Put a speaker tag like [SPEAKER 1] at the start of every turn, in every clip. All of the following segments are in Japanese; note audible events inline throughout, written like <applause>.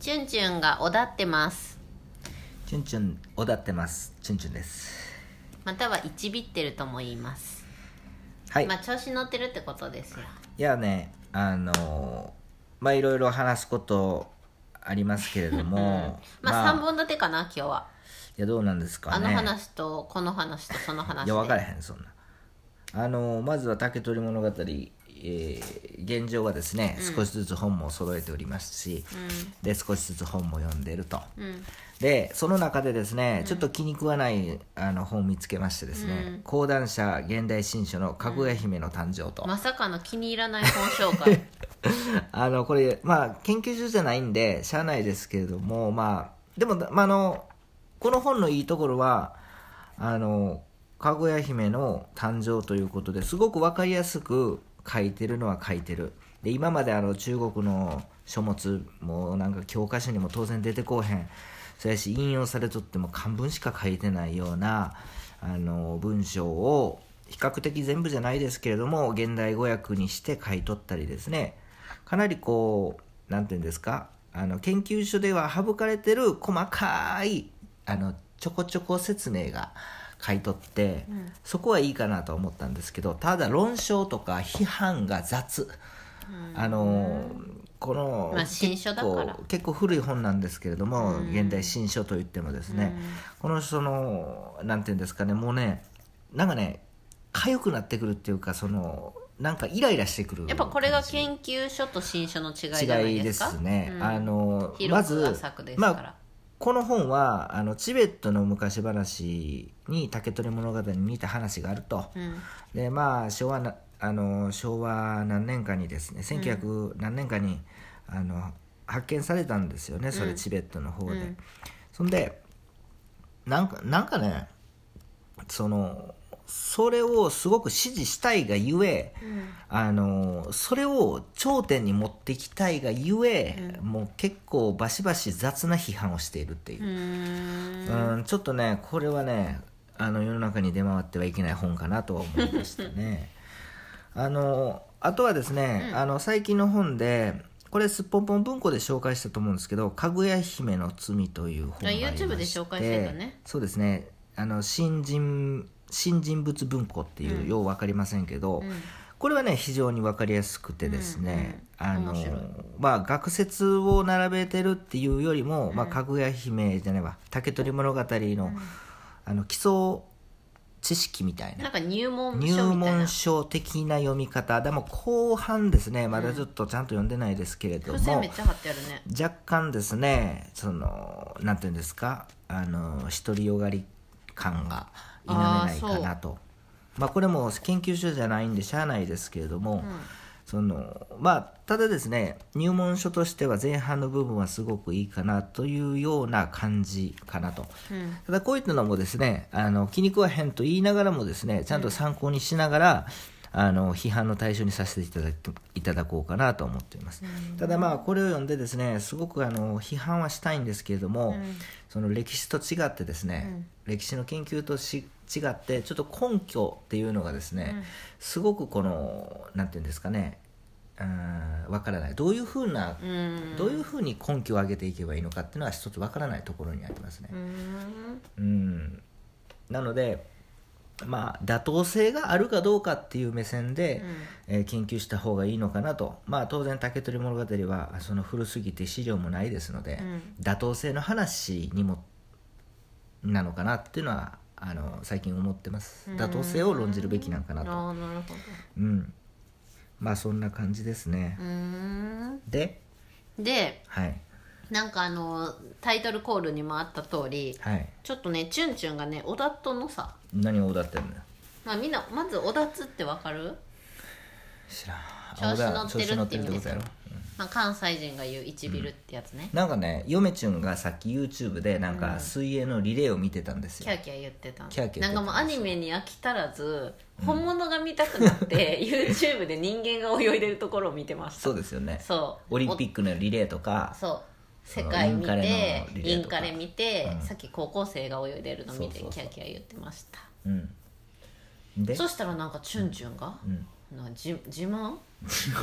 [SPEAKER 1] チュンチュンがおだってます
[SPEAKER 2] チュンチュンおだってますチュンチュンです
[SPEAKER 1] またはいちびってるとも言います、
[SPEAKER 2] はい、
[SPEAKER 1] まあ
[SPEAKER 2] い
[SPEAKER 1] 調子乗ってるってことですよ
[SPEAKER 2] やねあのーまあいろいろ話すことありますけれど <laughs> も
[SPEAKER 1] まあ3
[SPEAKER 2] い
[SPEAKER 1] 本立てかな今日は
[SPEAKER 2] やどうなんですかね
[SPEAKER 1] あの話とこの話とその話
[SPEAKER 2] い
[SPEAKER 1] で
[SPEAKER 2] や分からへんそんなあのーまずは竹取物語、えー現状はですね、少しずつ本も揃えておりますし、で少しずつ本も読んでると、
[SPEAKER 1] うん
[SPEAKER 2] でその中でですね、ちょっと気に食わないあの本を見つけましてですね「講談社現代新書のかぐや姫の誕生と」
[SPEAKER 1] まさかの気に入らない本紹介
[SPEAKER 2] あのこれまあ研究所じゃないんで社内ですけれどもまあでも、まあ、あのこの本のいいところはあのかぐや姫の誕生ということですごく分かりやすく書いてるのは書いてるで今まであの中国の書物もなんか教科書にも当然出てこうへんそやし引用されとっても漢文しか書いてないようなあの文章を比較的全部じゃないですけれども現代語訳にして書いとったりですねかなりこうなんていうんですかあの研究所では省かれてる細かいあのちょこちょこ説明が書いとって、そこはいいかなと思ったんですけどただ論証とか批判が雑、あのこの、
[SPEAKER 1] まあ新書だから
[SPEAKER 2] 結構結構古い本なんですけれども、現代新書といってもです <laughs> ね、このそのなんていうんですかねもうねなんかね痒くなってくるっていうかそのなんかイライラしてくる
[SPEAKER 1] やっぱこれが研究所と新書の違いじゃない
[SPEAKER 2] 違い
[SPEAKER 1] で
[SPEAKER 2] です
[SPEAKER 1] か
[SPEAKER 2] すね、
[SPEAKER 1] うん
[SPEAKER 2] あのま
[SPEAKER 1] 広く
[SPEAKER 2] ず
[SPEAKER 1] 浅くですから、
[SPEAKER 2] まあこの本はあのチベットの昔話に竹取物語に似た話があると、
[SPEAKER 1] うん
[SPEAKER 2] でまあ昭和なあの昭和何年かにですね1900何年かに、あの発見されたんですよねそれ、チベットの方で、
[SPEAKER 1] うん
[SPEAKER 2] そんでなんかなんかねそのそれをすごく支持したいがゆえ、あのそれを頂点に持ってきたいがゆえ、もう結構バシバシ雑な批判をしているっていう
[SPEAKER 1] うーん
[SPEAKER 2] うん、ちょっとねこれはねあの世の中に出回ってはいけない本かなとは思いましたねあのあとはですね、あの最近の本でこれすっぽんぽん文庫で紹介したと思うんですけど「かぐや姫の罪」という本がありまして
[SPEAKER 1] YouTube で紹介してたね
[SPEAKER 2] そうですねあの新人新人物文庫っていう、よう分かりませんけど、これはね非常に分かりやすくてですね、あの
[SPEAKER 1] 面白い
[SPEAKER 2] まあ学説を並べてるっていうよりも、まあ、かぐや姫じゃないわ竹取物語の,、あの基礎知識みたい
[SPEAKER 1] なん
[SPEAKER 2] な
[SPEAKER 1] か入門
[SPEAKER 2] 入
[SPEAKER 1] 書みたいな
[SPEAKER 2] 門書的な読み方でも後半ですねまだちょっとちゃんと読んでないですけれど
[SPEAKER 1] 風
[SPEAKER 2] も、
[SPEAKER 1] 船めっちゃ貼ってあるね
[SPEAKER 2] 若干ですねそのなんていうんですかあの独りよがり感が否めないかなとまあこれも研究所じゃないんでしゃあないですけれども、そのまあただですね入門書としては前半の部分はすごくいいかなというような感じかなと、ただこういったのもですねあの気に食わへんと言いながらもですねちゃんと参考にしながら、あの批判の対象にさせていただきいただこうかなと思っています、ただまあこれを読んでですねすごくあの批判はしたいんですけれども、その歴史と違ってですね、歴史の研究とし違ってちょっと根拠っていうのがですね、すごくこのなんていうんですかねうんわからないどういうふうな、
[SPEAKER 1] うーん
[SPEAKER 2] どういうふうに根拠を上げていけばいいのかっていうのは一つわからないところにありますね。
[SPEAKER 1] うーん
[SPEAKER 2] うん、なのでまあ妥当性があるかどうかっていう目線で、えー研究した方がいいのかなとまあ当然「竹取物語は」その古すぎて資料もないですので、妥当性の話にもなのかなっていうのはあの最近思ってます妥当性を論じるべきなんか
[SPEAKER 1] あ
[SPEAKER 2] な
[SPEAKER 1] あ
[SPEAKER 2] と
[SPEAKER 1] ーなるほど
[SPEAKER 2] うんまあそんな感じですね
[SPEAKER 1] う、ーん
[SPEAKER 2] で
[SPEAKER 1] で
[SPEAKER 2] はい
[SPEAKER 1] なんかあのタイトルコールにもあった通り
[SPEAKER 2] はい
[SPEAKER 1] ちょっとねチュンチュンがねおだっとのさ、
[SPEAKER 2] 何を歌ってるのよ
[SPEAKER 1] まあ、みんなまずおだつってわかる、
[SPEAKER 2] 知らん
[SPEAKER 1] 調子乗
[SPEAKER 2] あ
[SPEAKER 1] っ
[SPEAKER 2] 小
[SPEAKER 1] てる
[SPEAKER 2] 田調子乗
[SPEAKER 1] っ
[SPEAKER 2] ってて
[SPEAKER 1] 意味
[SPEAKER 2] るってこ
[SPEAKER 1] で
[SPEAKER 2] と
[SPEAKER 1] す
[SPEAKER 2] や
[SPEAKER 1] よ
[SPEAKER 2] ろ、
[SPEAKER 1] まあ、関西人が言ういちびるってやつね、
[SPEAKER 2] なんかね、嫁チュンがさっき YouTube でなんか水泳のリレーを見てたんです
[SPEAKER 1] キ
[SPEAKER 2] よ。
[SPEAKER 1] ャーキャー言ってたの
[SPEAKER 2] キャーキャー言ってた
[SPEAKER 1] なんかもうアニメに飽き足らず本物が見たくなって、YouTube で人間が泳いでるところを見てました
[SPEAKER 2] そうですよね。
[SPEAKER 1] そう
[SPEAKER 2] オリンピックのリレーとか、
[SPEAKER 1] そう世界見て
[SPEAKER 2] その
[SPEAKER 1] イ
[SPEAKER 2] イ
[SPEAKER 1] ン
[SPEAKER 2] ン
[SPEAKER 1] カ
[SPEAKER 2] カ
[SPEAKER 1] レ
[SPEAKER 2] レ
[SPEAKER 1] 見て、
[SPEAKER 2] うん
[SPEAKER 1] さっき高校生が泳いでるの見て
[SPEAKER 2] そうそう
[SPEAKER 1] キ
[SPEAKER 2] そう
[SPEAKER 1] ャーキャー言ってました
[SPEAKER 2] うん。で、
[SPEAKER 1] そしたらなんかチュンチュンが、
[SPEAKER 2] ん
[SPEAKER 1] なんかじ自慢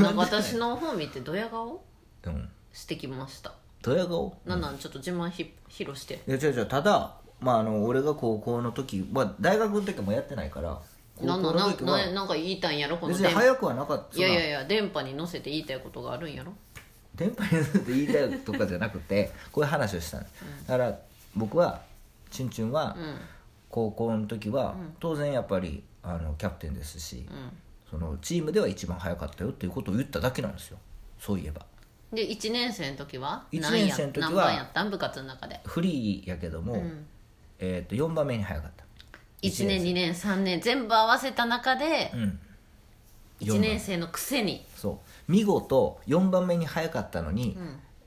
[SPEAKER 1] なんか私の方見てドヤ顔
[SPEAKER 2] うん。
[SPEAKER 1] してきました
[SPEAKER 2] どうや顔
[SPEAKER 1] なんなんちょっと自慢ひ披露して
[SPEAKER 2] いや違う違うただ、まあ、あの俺が高校の時、まあ、大学の時もやってないから高
[SPEAKER 1] な
[SPEAKER 2] 校
[SPEAKER 1] んな
[SPEAKER 2] の
[SPEAKER 1] んなん
[SPEAKER 2] 時
[SPEAKER 1] な
[SPEAKER 2] は
[SPEAKER 1] なんか言いたいんやろこの
[SPEAKER 2] 別に
[SPEAKER 1] 電波
[SPEAKER 2] 早くはなかった
[SPEAKER 1] いやいやいや電波に乗せて言いたいことがあるんやろ
[SPEAKER 2] 電波に乗せて言いたいとかじゃなくてこういう話をしたんです、だから僕はチュンチュンは
[SPEAKER 1] うん
[SPEAKER 2] 高校の時は、当然やっぱりあのキャプテンですし、そのチームでは一番早かったよっていうことを言っただけなんですよそういえば
[SPEAKER 1] うんで1年生の時は
[SPEAKER 2] 一
[SPEAKER 1] 何
[SPEAKER 2] 年
[SPEAKER 1] や
[SPEAKER 2] 生の時は
[SPEAKER 1] 何番やったん部活の中で
[SPEAKER 2] フリーやけども、えー、と4番目に早かった
[SPEAKER 1] 1年2年3年全部合わせた中で
[SPEAKER 2] うん
[SPEAKER 1] 1年生のくせに
[SPEAKER 2] そう見事4番目に早かったのに、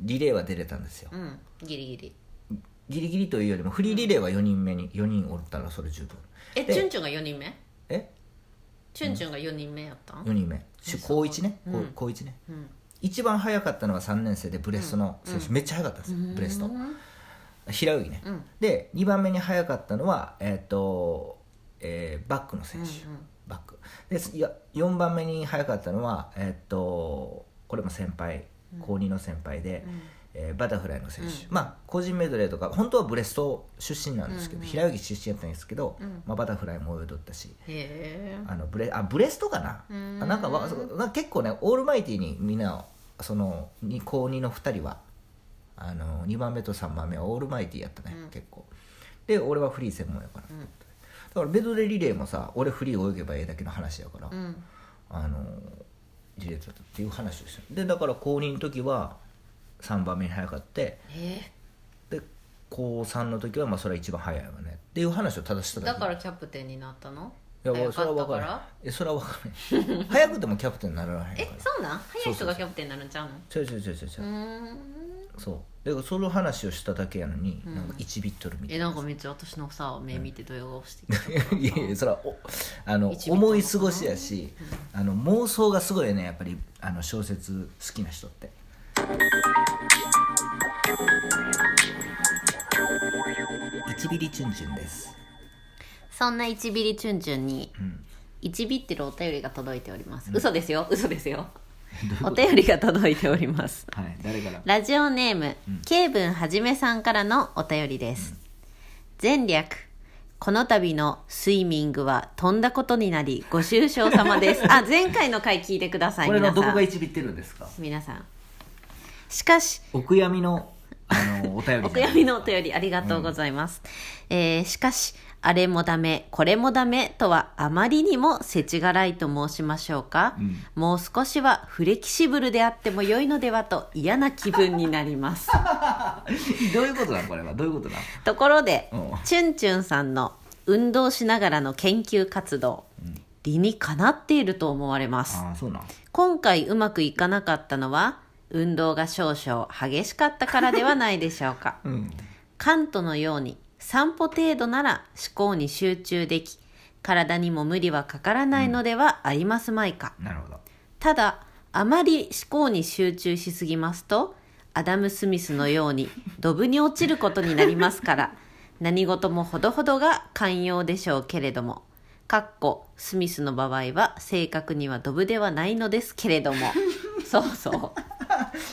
[SPEAKER 2] リレーは出れたんですよ、
[SPEAKER 1] うんギリギリ
[SPEAKER 2] ギリギリというよりもフリーリレーは4人目に4人おったらそれ十分
[SPEAKER 1] え
[SPEAKER 2] で
[SPEAKER 1] チュンチュンが4人目
[SPEAKER 2] え
[SPEAKER 1] チュンチュンが4人目やったん
[SPEAKER 2] 4人目し高1ね、高高1ね、一番早かったのは3年生でブレストの選手、めっちゃ早かったんですよ、ブレスト平泳ぎね、で2番目に早かったのはえっ、と、えーバックの選手、バックですいや4番目に早かったのはえっ、とこれも先輩高2の先輩で、えーバタフライの選手、まあ個人メドレーとか本当はブレスト出身なんですけど、平泳ぎ出身やったんですけど、まあ、バタフライも泳いどったし、
[SPEAKER 1] へ
[SPEAKER 2] あのブレあブレストかなあなんかわそうなんか結構ねオールマイティにみんなそのに高2の2人はあの2番目と3番目はオールマイティやったね、結構で俺はフリー専門やから、だからメドレーリレーもさ俺フリー泳げばええだけの話やから、
[SPEAKER 1] えうん
[SPEAKER 2] あのリレーだったっていう話をしたでだから高2の時は3番目に早かって
[SPEAKER 1] え
[SPEAKER 2] で高3の時はまあそれは一番早いわねっていう話をただした
[SPEAKER 1] ー
[SPEAKER 2] だ
[SPEAKER 1] だ
[SPEAKER 2] け
[SPEAKER 1] からキャプテンになったの
[SPEAKER 2] いや、
[SPEAKER 1] 早
[SPEAKER 2] それは
[SPEAKER 1] か
[SPEAKER 2] 分
[SPEAKER 1] った
[SPEAKER 2] からんいやそれは
[SPEAKER 1] <laughs>
[SPEAKER 2] 分からん早くてもキャプテンにならへん
[SPEAKER 1] え
[SPEAKER 2] から
[SPEAKER 1] そうなん早い人がキャプテンになるんちゃうの
[SPEAKER 2] ちょいちょいちょいちょいうちょい
[SPEAKER 1] ーん
[SPEAKER 2] そうだからその話をしただけやのに、なんか1ビットルみた
[SPEAKER 1] え
[SPEAKER 2] い
[SPEAKER 1] なんかめっちゃ私のさ目見てドヤ顔してきた
[SPEAKER 2] な <laughs> いやいやそれはおあの
[SPEAKER 1] 1ビットル
[SPEAKER 2] 思い過ごしやし、あの妄想がすごいねやっぱりあの小説好きな人って1ビリチュンチュンです
[SPEAKER 1] <laughs> そんな1ビリチュンチュンに1ビってるお便りが届いております、嘘ですよ嘘ですよお便りが届いております
[SPEAKER 2] はい誰から
[SPEAKER 1] ラジオネーム、ケイブンはじめさんからのお便りです。前略、この度のスイミングは飛んだことになり、ご愁傷様
[SPEAKER 2] <laughs>
[SPEAKER 1] です。あ、前回の回聞いてください、
[SPEAKER 2] これの
[SPEAKER 1] 皆
[SPEAKER 2] どこ
[SPEAKER 1] さ
[SPEAKER 2] が
[SPEAKER 1] ん。
[SPEAKER 2] 1ビってるんですか
[SPEAKER 1] 皆さん。しかし、
[SPEAKER 2] お悔やみのあのお便り
[SPEAKER 1] お悔やみのお便りありがとうございます。えーしかし、あれもダメ、これもダメとはあまりにも世知辛いと申しましょうか、もう少しはフレキシブルであっても良いのではと嫌な気分になります。
[SPEAKER 2] <laughs> どういうことなんこれはどういうことなん
[SPEAKER 1] ところで、
[SPEAKER 2] うん
[SPEAKER 1] チュンチュンさんの運動しながらの研究活動、理にかなっていると思われます
[SPEAKER 2] ああそうなん
[SPEAKER 1] 今回うまくいかなかったのは運動が少々激しかったからではないでしょう
[SPEAKER 2] <laughs>
[SPEAKER 1] か
[SPEAKER 2] うん
[SPEAKER 1] カントのように散歩程度なら思考に集中でき体にも無理はかからないのではありますまいか、
[SPEAKER 2] なるほど
[SPEAKER 1] ただあまり思考に集中しすぎますとアダム・スミスのようにドブに落ちることになりますから
[SPEAKER 2] <laughs>
[SPEAKER 1] 何事もほどほどが寛容でしょうけれどもかっこスミスの場合は正確にはドブではないのですけれど
[SPEAKER 2] <laughs>
[SPEAKER 1] もそうそう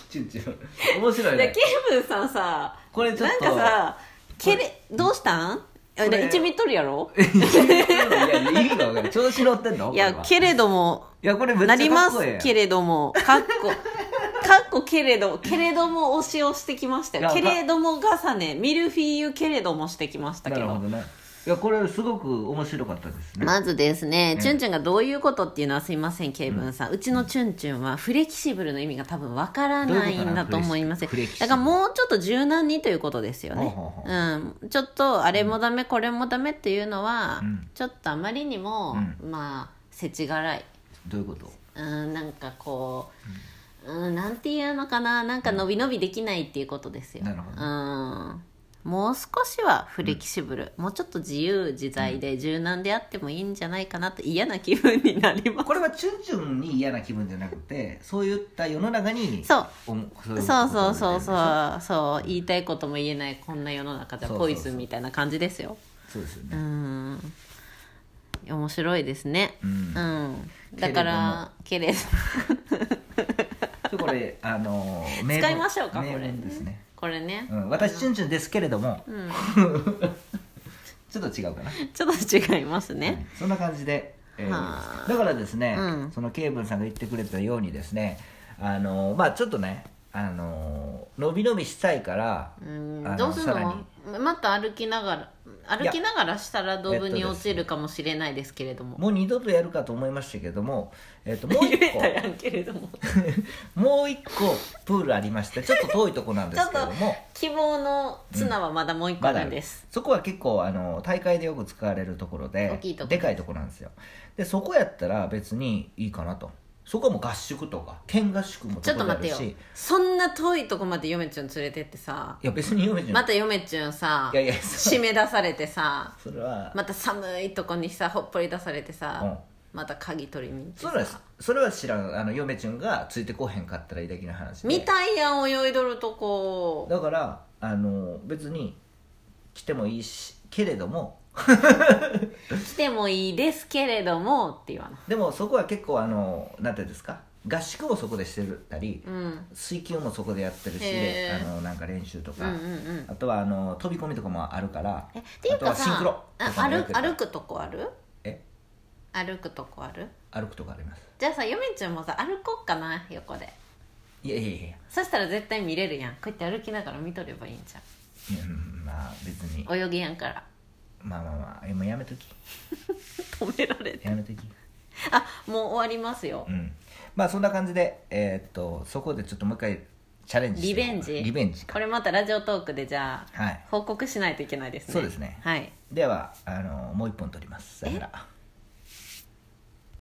[SPEAKER 2] チュンチュン面白い
[SPEAKER 1] いや
[SPEAKER 2] ね
[SPEAKER 1] ケイブンさんさ
[SPEAKER 2] これちょっと
[SPEAKER 1] なんかさけれどうしたんいや
[SPEAKER 2] これ
[SPEAKER 1] 一見とるやろ
[SPEAKER 2] いや意味が分かる調子乗ってん
[SPEAKER 1] い
[SPEAKER 2] のこれ
[SPEAKER 1] や
[SPEAKER 2] は
[SPEAKER 1] けれども
[SPEAKER 2] いやこれめっち
[SPEAKER 1] な
[SPEAKER 2] ゃ
[SPEAKER 1] りま
[SPEAKER 2] かっこええ
[SPEAKER 1] す
[SPEAKER 2] やん
[SPEAKER 1] けれども、かっ
[SPEAKER 2] <laughs>
[SPEAKER 1] こ、かっこけれど、けれども推しをしてきました
[SPEAKER 2] い
[SPEAKER 1] よ。
[SPEAKER 2] や
[SPEAKER 1] けれども重ね、ミルフィーユけれどもしてきましたけ
[SPEAKER 2] なる
[SPEAKER 1] ど
[SPEAKER 2] ほ。どねいやこれすごく面白かったですね、
[SPEAKER 1] まずですね、チュンチュンがどういうことっていうのはすいません、ケイブンさん。うちのチュンチュンはフレキシブルの意味が多分わからないんだと思います。
[SPEAKER 2] どういうことなのフレキシブ
[SPEAKER 1] だ
[SPEAKER 2] ル
[SPEAKER 1] からもうちょっと柔軟にということですよね
[SPEAKER 2] ほうほ。う
[SPEAKER 1] うん。ちょっとあれもダメ、これもダメっていうのは、ちょっとあまりにも、まあ、世知辛い。
[SPEAKER 2] どういうこと
[SPEAKER 1] うんなんかこう、うん、なんていうのかななんか伸び伸びできないっていうことですよ
[SPEAKER 2] なるほ
[SPEAKER 1] う
[SPEAKER 2] ど
[SPEAKER 1] んもう少しはフレキシブル、もうちょっと自由自在で柔軟であってもいいんじゃないかなと嫌な気分になります
[SPEAKER 2] これはチュンチュンに嫌な気分じゃなくてそういった世の中に
[SPEAKER 1] そう
[SPEAKER 2] おもそういうこと
[SPEAKER 1] そうそうそう
[SPEAKER 2] を
[SPEAKER 1] そうそう言いたいことも言えないこんな世の中じゃ
[SPEAKER 2] そうそ
[SPEAKER 1] ポ
[SPEAKER 2] うそう
[SPEAKER 1] イズンみたいな感じですよ
[SPEAKER 2] そうですよ
[SPEAKER 1] う
[SPEAKER 2] ね、
[SPEAKER 1] ん面白いですね
[SPEAKER 2] うん
[SPEAKER 1] うんだからけれど
[SPEAKER 2] それこれあの名
[SPEAKER 1] 使いましょうか
[SPEAKER 2] 名
[SPEAKER 1] これ
[SPEAKER 2] 文ですね、
[SPEAKER 1] これね、
[SPEAKER 2] うん、私チュンチュンですけれども、
[SPEAKER 1] ん
[SPEAKER 2] <laughs> ちょっと違うかな、
[SPEAKER 1] ちょっと違います
[SPEAKER 2] はい
[SPEAKER 1] ね、
[SPEAKER 2] そんな感じで、えー
[SPEAKER 1] は
[SPEAKER 2] だからですね、
[SPEAKER 1] うん
[SPEAKER 2] そのケイブンさんが言ってくれたようにですねあのまあちょっとねあの伸び伸びしたいから、
[SPEAKER 1] うん
[SPEAKER 2] あの
[SPEAKER 1] どうする
[SPEAKER 2] さら
[SPEAKER 1] のまた歩きながら歩きながらしたらドブに落ちるかもしれないですけれども、
[SPEAKER 2] もう二度とやるかと思いましたけども、え
[SPEAKER 1] <laughs>
[SPEAKER 2] っともう
[SPEAKER 1] 言
[SPEAKER 2] 一
[SPEAKER 1] え
[SPEAKER 2] 個
[SPEAKER 1] たやんけれども
[SPEAKER 2] もう一個プールありましてちょっと遠いとこなんですけ
[SPEAKER 1] <laughs>
[SPEAKER 2] れども
[SPEAKER 1] 希望の綱はまだもう一個
[SPEAKER 2] まだ
[SPEAKER 1] な
[SPEAKER 2] あ
[SPEAKER 1] ん
[SPEAKER 2] る
[SPEAKER 1] です、
[SPEAKER 2] そこは結構あの大会でよく使われるところで
[SPEAKER 1] 大きいとこ
[SPEAKER 2] でかいとこなんですよでそこやったら別にいいかなとそこはもう合宿とか県合宿も
[SPEAKER 1] ち
[SPEAKER 2] そ
[SPEAKER 1] ょっ
[SPEAKER 2] ことで
[SPEAKER 1] 待
[SPEAKER 2] ある
[SPEAKER 1] っ
[SPEAKER 2] して
[SPEAKER 1] よ
[SPEAKER 2] い
[SPEAKER 1] そんな遠いとこまで嫁ちゃん連れてってさ
[SPEAKER 2] や別に嫁ちゃん、
[SPEAKER 1] また嫁ちゃんさ
[SPEAKER 2] いやいやそ
[SPEAKER 1] 締め出されて
[SPEAKER 2] <laughs>
[SPEAKER 1] さ
[SPEAKER 2] それは、
[SPEAKER 1] また寒いとこにさほっぽり出されてさ、
[SPEAKER 2] うん
[SPEAKER 1] また鍵取りに行って
[SPEAKER 2] そ
[SPEAKER 1] さ
[SPEAKER 2] れはそれは知らんあの嫁ちゃんがついてこへんかったらいいだけの話で
[SPEAKER 1] 見たいやん泳いどるとこ
[SPEAKER 2] だからあの別に来てもいいしけれども
[SPEAKER 1] 来てもいいですけれどもって言わな
[SPEAKER 2] でもそこは結構あのなんていうんですか合宿もそこでしてるたり、
[SPEAKER 1] うん
[SPEAKER 2] 水球もそこでやってるし
[SPEAKER 1] へー
[SPEAKER 2] あのなんか練習と
[SPEAKER 1] う
[SPEAKER 2] か、
[SPEAKER 1] んうんうん
[SPEAKER 2] あとはあの飛び込みとかもあるから
[SPEAKER 1] えっていう
[SPEAKER 2] あと
[SPEAKER 1] か
[SPEAKER 2] はシンクロ
[SPEAKER 1] さ
[SPEAKER 2] とかもやっ
[SPEAKER 1] 歩
[SPEAKER 2] てるから
[SPEAKER 1] 歩くとこある
[SPEAKER 2] え
[SPEAKER 1] 歩くとこある
[SPEAKER 2] 歩くとかあります
[SPEAKER 1] じゃあさ嫁ちゃんもさ歩こうかな横で
[SPEAKER 2] いやいやいやいや
[SPEAKER 1] そしたら絶対見れるやんこうやって歩きながら見とればいいんじ
[SPEAKER 2] うんまあ別に
[SPEAKER 1] ゃん泳ぎやんから
[SPEAKER 2] まあまあまあえもうやめとき
[SPEAKER 1] 止められて
[SPEAKER 2] やめとき
[SPEAKER 1] あもう終わりますよ
[SPEAKER 2] うんまあそんな感じでえーっとそこでちょっともう一回チャレンジして
[SPEAKER 1] リベンジ
[SPEAKER 2] リベンジか
[SPEAKER 1] これまたラジオトークでじゃあ
[SPEAKER 2] はい
[SPEAKER 1] 報告しないといけないですね
[SPEAKER 2] そうですね
[SPEAKER 1] はい
[SPEAKER 2] ではあのもう一本取りますさよなら